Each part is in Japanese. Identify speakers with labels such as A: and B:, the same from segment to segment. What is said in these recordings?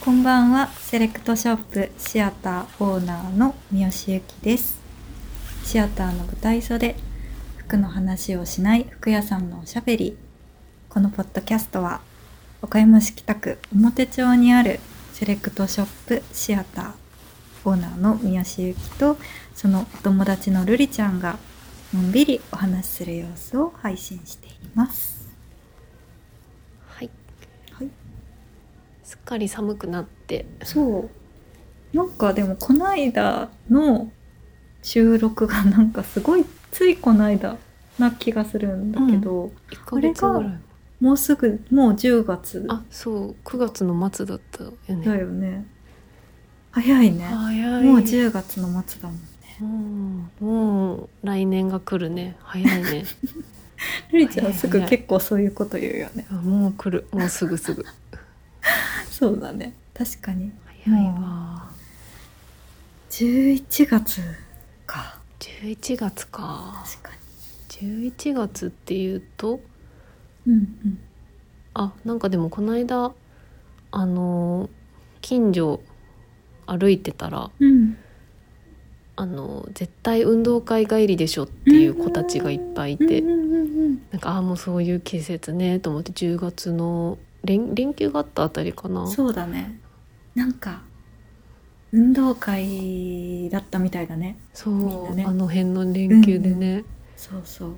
A: こんばんは、セレクトショップシアターオーナーの三好ゆきです。シアターの舞台袖、服の話をしない服屋さんのおしゃべり。このポッドキャストは、岡山市北区表町にあるセレクトショップシアターオーナーの三好ゆきと、そのお友達のルリちゃんが、のんびりお話しする様子を配信しています。
B: はい、
A: はい。
B: すっかり寒くなって
A: そうなんかでもこないだの収録がなんかすごいついこないだな気がするんだけど、
B: 1ヶ月ぐらい
A: もうすぐもう10月
B: あそう9月の末だったよ
A: だ
B: ね
A: よね早いね
B: 早い
A: もう10月の末だもんね
B: うんもう来年が来るね早いね
A: ルリちゃんすぐ
B: 早い
A: 結構そういうこと言うよね
B: あもう来るもうすぐすぐ
A: そうだね確かに
B: 早いわ
A: 11月か
B: 11月か
A: 確か
B: 11月っていうと
A: にうん
B: あなんかでもこの間あの近所歩いてたら
A: うんうん
B: あの絶対運動会帰りでしょっていう子たちがいっぱいいて、
A: うんうんうん
B: なんかああもうそういう季節ねと思って10月の連連休があったあたりか
A: う
B: なん
A: そうだねなんか運動会だったみたいだね
B: そう
A: みんなね
B: あの辺の連休でね、
A: そうそう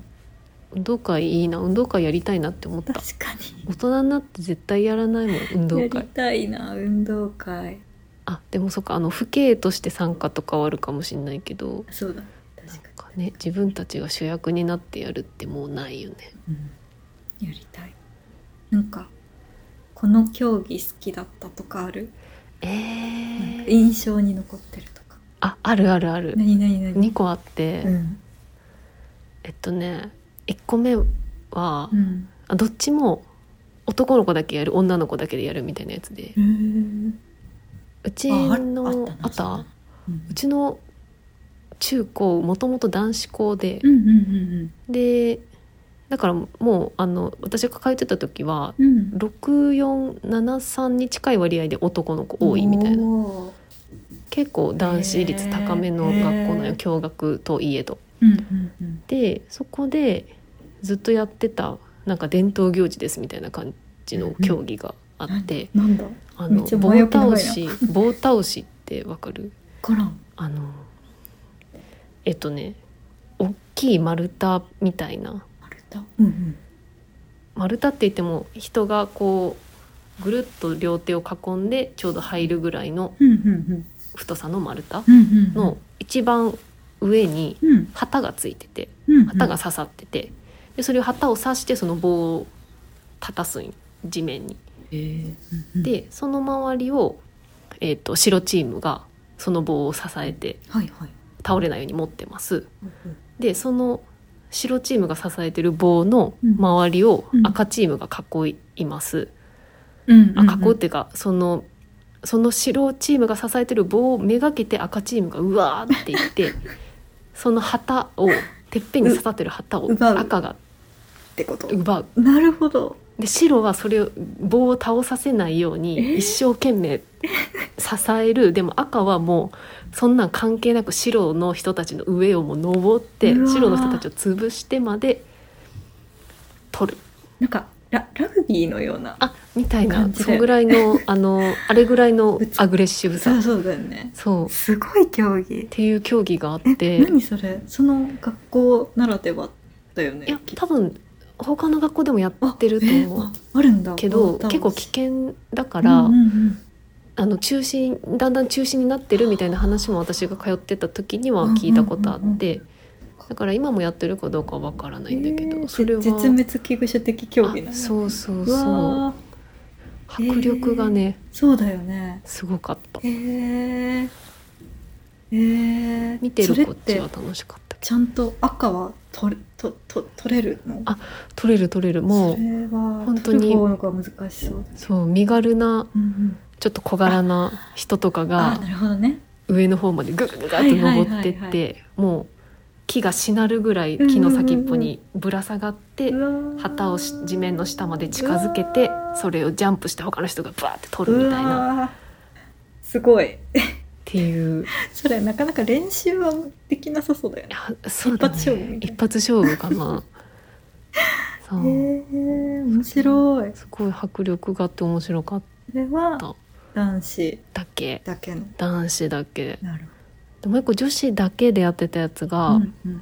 B: 運動会いいな運動会やりたいなって思った
A: 確かに
B: 大人になって絶対やらないもん運動
A: やり
B: 会
A: たいな運動会
B: あでもそっかあの父兄として参加とかはあるかもしれないけど
A: そうだ
B: な
A: 確
B: ん
A: か
B: かね自分たちが主役になってやるってもうないよね
A: に、うん、やりたいなんかこの競技好きだったとかある、
B: え
A: なんか
B: ー、
A: 印象に残ってるとか
B: ああるあるある
A: 何何何
B: 2個あって、
A: うん
B: えっとね1個目は、
A: うん
B: あどっちも男の子だけやる女の子だけでやるみたいなやつで
A: うん
B: うち
A: ああ
B: の
A: あ
B: あ
A: あ
B: っ
A: ったな
B: た
A: うん
B: うちの中高もともと男子校で
A: う、んうんうん
B: でだからもうあの私が通ってた時は
A: うんうん
B: 6473に近い割合で男の子多いみたいな
A: おー
B: 結構男子率高めの学校なん
A: へ
B: よ
A: ー
B: 共学といえど。
A: うんうんうん
B: でそこでずっとやってたなんか伝統行事ですみたいな感じの競技があって。
A: なんだ
B: あ
A: め
B: の
A: っちゃ
B: 棒
A: 前置き長いな
B: 倒し棒倒しってわかる
A: コロン
B: あのえっとね大きい丸太みたいな
A: 丸太うんうん
B: 丸太って言っても人がこうぐるっと両手を囲んでちょうど入るぐらいの
A: うんうん
B: 太さの丸太
A: うんうんうん
B: の一番上に
A: うん
B: 旗がついてて
A: うんうん
B: 旗が刺さっててでそれを旗を刺してその棒を立たすん地面に。でその周りを、えっと白チームがその棒を支えて
A: はいはい
B: 倒れないように持ってますでその白チームが支えてる棒の周りを
A: うん
B: 赤チームが囲います、
A: うんうん
B: あ囲うっていうかそのその白チームが支えてる棒をめがけて赤チームがうわーって言ってその旗をてっぺんに刺さってる旗を
A: う奪う
B: 赤が
A: ってこと
B: 奪う
A: なるほど
B: で白はそれを棒を倒させないよう
A: え
B: に一生懸命支えるでも赤はもうそんなん関係なく白の人たちの上をもう登って
A: うわー
B: 白の人たちを潰してまで取る
A: なんかララグビーのような
B: あみたいな
A: 感じ
B: そ
A: だよね
B: んぐらいの あのあれぐらいの
A: ぶつ
B: アグレッシブ
A: そ
B: さ
A: うそうだよね
B: そうっ
A: すごい競技
B: ていう競技があっ
A: え、
B: てい
A: 何それその学校ならではだよね
B: や多分他の学校でもやってると
A: え
B: 思う
A: ああるんだ
B: け
A: ボ
B: ど
A: ータン
B: 結構危険だから。
A: うんうん
B: あの中心だんだん中心になってるみたいな話も私が通ってた時には聞いたことあ
A: うんう
B: っ
A: んう
B: てだから今もやってるかどうかはわからないんだけ
A: えー
B: どそれは
A: 絶滅危惧種的競技な
B: あ
A: の
B: そうそう
A: う
B: そう
A: わー
B: 迫力がね
A: そうだよね
B: すごかった
A: へえー、
B: 見て
A: それ
B: るこっちは楽しかったけ
A: ちゃんと赤は取れとと取れるの
B: あど取れる取れる
A: そ
B: も
A: うれは
B: 本当に
A: 取る方の方が難しそう、
B: そう身軽な
A: うんうん、
B: ちょっと小柄な人とか
A: あ
B: が
A: なるほどね
B: 上の方までグッグッと登って
A: はいはい
B: っ
A: はい
B: てもう木がしなるぐらい木の先っぽにぶら下がって。旗をし地面の下まで近づけてそれをジャンプして他の人がバーって取るみたいな
A: なすごい。
B: ていう
A: それなかなか練習はできなさそうだよね。
B: あそうだね
A: 一発勝負みたいな
B: 一発勝負かな そう、
A: へえ面白い。
B: すごい迫力があって面白かっ
A: これは男子
B: たっけ
A: だけの。
B: 男子だけ
A: なる
B: でもう一個女子だけでやってたやつ
A: ほ
B: が、
A: ど。うんうん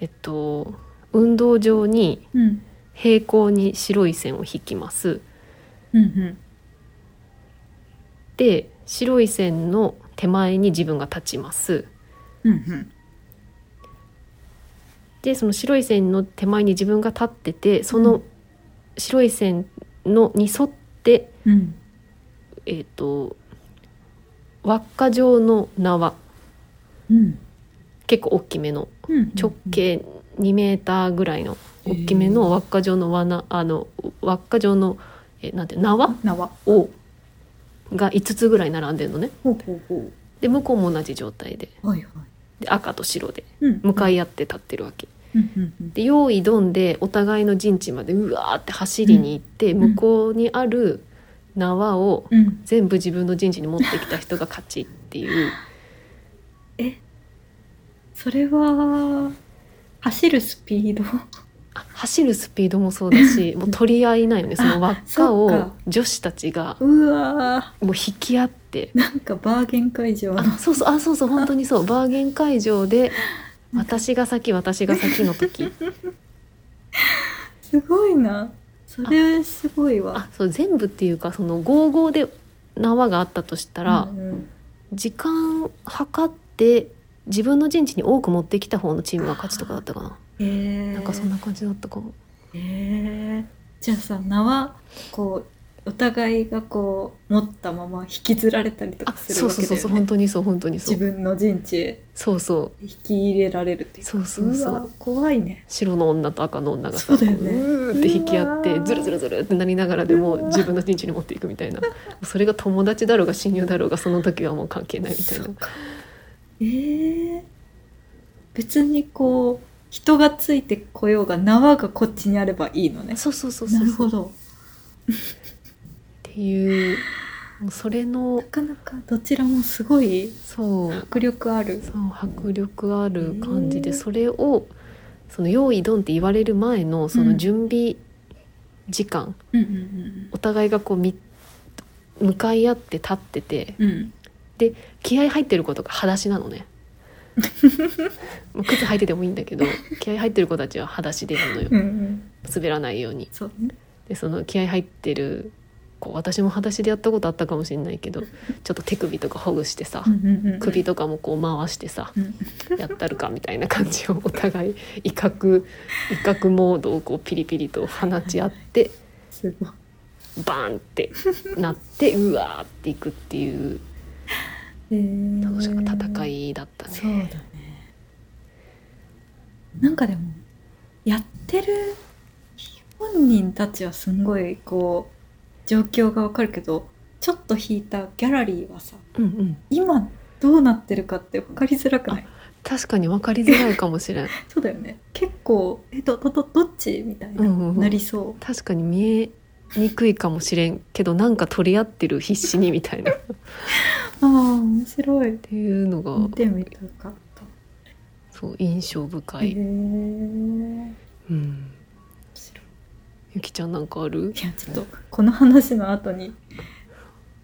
B: えっと運動場に
A: うん
B: 平行に白い線を引きます
A: うんうん
B: で白い線の手前に自分が立ちます
A: うんうん
B: でその白い線の手前に自分が立っててその白い線のに沿って、
A: うん
B: えっと輪っか状の縄
A: うん
B: 結構大きめの
A: うん
B: 直径2メーターぐらいの大きめの輪っか状の罠、あの輪っか状のえなんて縄
A: 縄。
B: をが5つぐらい並んでるのね
A: ほうほうほ
B: で向こうも同じ状態で
A: う。はいはい。
B: で赤と白で
A: うん
B: 向か
A: い。
B: い合って立ってるわけ
A: うんうんうん
B: で用意どんでお互いの陣地までうわーって走りに行って、
A: うん
B: 向こうにある縄を
A: うん。
B: 全部自分の陣地に持ってきた人が勝ちっていう
A: それは走るスピード。
B: あ走るスピードもそうだ しもう取り合いなんよねその輪っか
A: あそっ
B: を
A: か
B: 女子たちが
A: うわ
B: もう引き合って
A: ーなんかバーゲン会場の。
B: あそうそうあそうそう本当にそうバーゲン会場で
A: なん
B: 私が先私が先の時
A: すごいな。それすごいわ
B: あ。そう全部っていうかその55で縄があったとしたら、
A: うんうん
B: 時間測って自分の陣地に多く持ってきた方のチームが勝ちとかだったかな、
A: へえ。
B: なんかそんな感じだったかも
A: へえ。じゃあさ縄こうお互いがこう持ったまま引きずられたりと
B: あ
A: かす
B: そ
A: る
B: う
A: わ
B: そう
A: け
B: そう
A: だ
B: そ
A: よ
B: う本
A: ね。
B: 当にそう本当にそ
A: 自
B: う
A: 分の陣地へ
B: そうそう
A: 引き入れられるっていう。
B: そうそうそう
A: わ怖いね。
B: 白の女と赤の女がさ
A: そうだよね
B: うーって引き合っ
A: う
B: て
A: わー
B: ズルズルズルってなりながらでも
A: うわー
B: 自分の陣地に持っていくみたいなそれが友達だろうが親友だろうがその時はもう関係ないみたいな
A: そうかえー、別にこう人がついてこようが縄がこっちにあればいいのね
B: そうそうそうそう
A: なるほど
B: っていうもうそれの
A: なかなかどちらもすごい
B: そう
A: 迫力ある
B: そう迫力ある感じで、
A: へえ
B: それをその用意ドンって言われる前のその準備時間、
A: うんうん
B: お互いがこうみ向かい合って立ってて
A: うんうん
B: 気合入ってる子とか裸足な のねもう靴履いててもいいんだけど気合入ってる子たちは裸足でやるのよ
A: うんうん
B: 滑らないように
A: そうね
B: でその気合入ってる子私も裸足でやったことあったかもしれないけどちょっと手首とかほぐしてさ
A: うんうんうん
B: 首とかもこう回してさ
A: うん
B: やったるかみたいな感じをお互い威嚇 威嚇モードをこうピリピリと放ち合って
A: すごい
B: バーンってなってうわーっていくっていう
A: えー
B: 楽しかった戦いだった
A: そうだ
B: ね。
A: ねなんかでもやってる本人たちはすんごいこう状況がわかるけどちょっと引いたギャラリーはさ
B: うんうん、
A: 今どうなってるかって分かりづらくない
B: 確かに分かりづらいかもしれん
A: そうだよね結構えどどどどっちみたいな、
B: うんうんうん
A: なりそ
B: 確かに見えにくいかもしれんけどなんか取り合ってる必死にみ たいなっ
A: うああ面白い
B: ていうのが
A: 見てみたかった、
B: そう印象深
A: へえ
B: い、
A: 面
B: うん、
A: 白い
B: ゆきちゃんなんかある
A: いやちょっとこの話の後に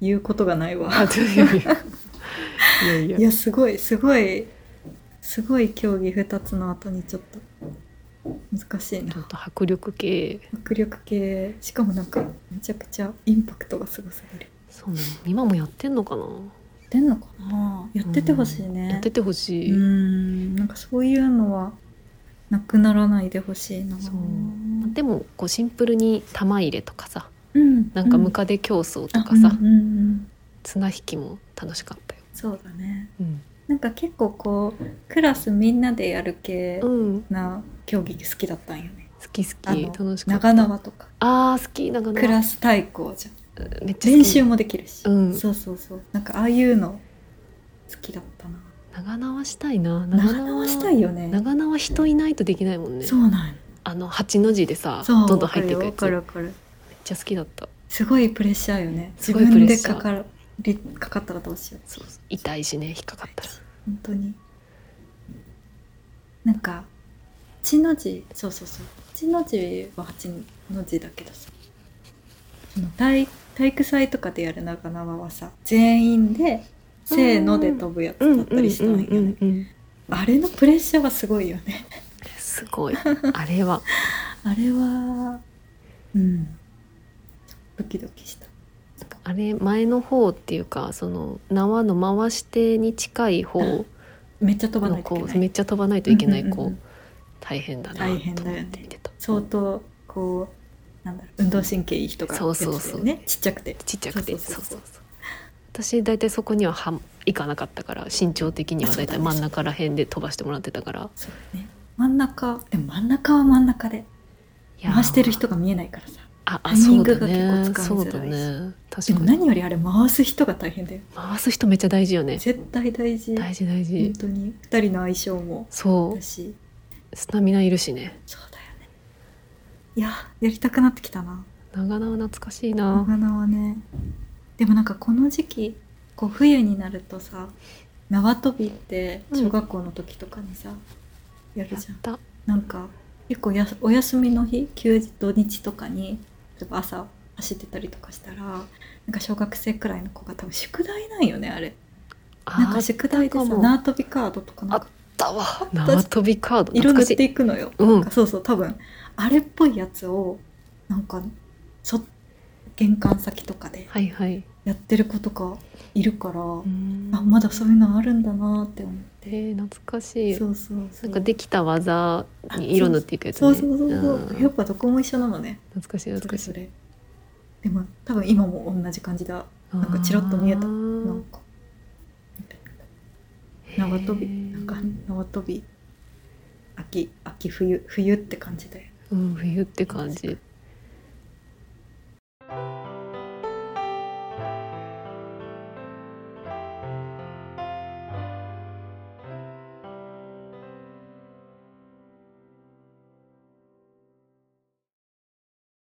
A: 言うことがないわ
B: あいやいや いや
A: い
B: いや
A: やすごいすごいすごい競技2つの後にちょっと難しい
B: ちょ
A: な
B: っと迫力系
A: 迫力系しかもなんかめちゃくちゃインパクトがすごすぎる
B: そうね今もやってんのかな
A: やってんのかなやっててほしいね、
B: うんやっててほし
A: う
B: い、
A: ーんなんかそういうのはなくならないでほしいな
B: そうでもこうシンプルに玉入れとかさ
A: うん、
B: なんかム
A: っ
B: カデ競争とかさ、
A: うんうんうん
B: 綱引きも楽しかったよ、
A: そうだね
B: うん
A: なんか結構こうクラスみんなでやる系な競技好きだったんよね、
B: 好き好
A: あ
B: き
A: の
B: 楽しかっ
A: 長
B: た
A: 縄とか
B: あー好き長
A: ク
B: 縄
A: ラス対抗じゃん
B: めっちゃ好
A: 練
B: き
A: 習もできるし、
B: うん
A: そうそうそうなんかああいうの好きだったな
B: 長縄したいな
A: 長縄したいよね
B: 長縄人いないとできないもんね
A: そうなんよ
B: あの八の字でさ
A: そ
B: ど
A: うん
B: どん入っていくや
A: わ
B: つ
A: か
B: め
A: る
B: っ
A: わかるわかる
B: ちゃ好きだった
A: すごいプレッシャーよね自
B: すごい
A: 分
B: プレッ
A: で
B: シャー
A: かかるれかかったらどうしよう
B: そう痛いしね引っかかったら
A: 本当になんか血の字そうそうそう血の字は八の字だけどさその体体育祭とかでやる長縄はさ全員で「せーの」で飛ぶやつだったりしたんよね
B: うん
A: あれのプレッシャーはすごいよね
B: すごいあれは
A: あれはうんドキドキした
B: あれ前の方っていうかその縄の回し手に近い方
A: めっちゃ飛ばな
B: の
A: いとい
B: こ
A: けな
B: うめ
A: い
B: っちゃ飛ばないといけない
A: うんうんう
B: こ
A: ん
B: う大変だなと
A: 大
B: 思
A: 変だよね
B: って見てた
A: 相当こうなんだろう運動神経いい人がや
B: そう
A: ってた
B: そ
A: よ
B: う
A: ね
B: そう
A: ちっちゃくて
B: ちっちゃくて
A: そ
B: そうう
A: そ
B: そうう
A: そ
B: そうう私大体そこにははん行かなかったから身長的には大体真ん中ら辺で飛ばしてもらってたから
A: そうだね真ん中でも真ん中は真ん中で
B: いやー
A: 回してる人が見えないからさ
B: あ
A: タ
B: あ
A: イミン
B: そう
A: グ
B: だ
A: が結
B: ね
A: 構
B: そう
A: 掴みづ
B: だ
A: らいし
B: ね
A: で
B: 確
A: も
B: かに
A: 何よりあれ回す人が大変だよ
B: 回す人めっちゃ大事よね
A: 絶対大事
B: 大事大
A: 本
B: 事
A: 当に2人の相性も
B: そ
A: だし
B: うスタミナいるしね
A: そうだよねいややりたくなってきたな
B: 長縄懐かしい
A: お
B: な
A: 花はねでもなんかこの時期こう冬になるとさ縄跳びって小学校の時とかにさ、やる
B: やっ
A: じゃん
B: た
A: なんか結構やすお休みの日休日土日とかに例えば朝走ってたりとかしたらなんか小学生くらいの子が多分宿題なんよねあれなん
B: あ
A: か
B: ー
A: 宿題でさ
B: あったかも
A: 縄跳びカードとかなんか
B: あったわ縄跳びカード
A: いろいろ
B: 懐か
A: し
B: しい
A: ていくのよ、
B: うん
A: なんかそうそう多分あれっぽいやつをなんかそ玄関先とかで
B: はいはい
A: やってる子とかいるから、
B: うん
A: あまだそういうのあるんだなって思って、
B: えー懐かしい
A: そうそうそう
B: な
A: ん
B: かできた技に色塗っていくやつね
A: そうそうそうそう、
B: ん
A: やっぱどこも一緒なのね
B: 懐かしい
A: そ
B: 懐
A: れ
B: かし
A: そ
B: い
A: れでも多分今も同じ感じだなんかチラッと見えた
B: あー
A: なんか縄跳び
B: へー
A: なんか縄跳び秋秋冬冬って感じだよ
B: うん冬って感じ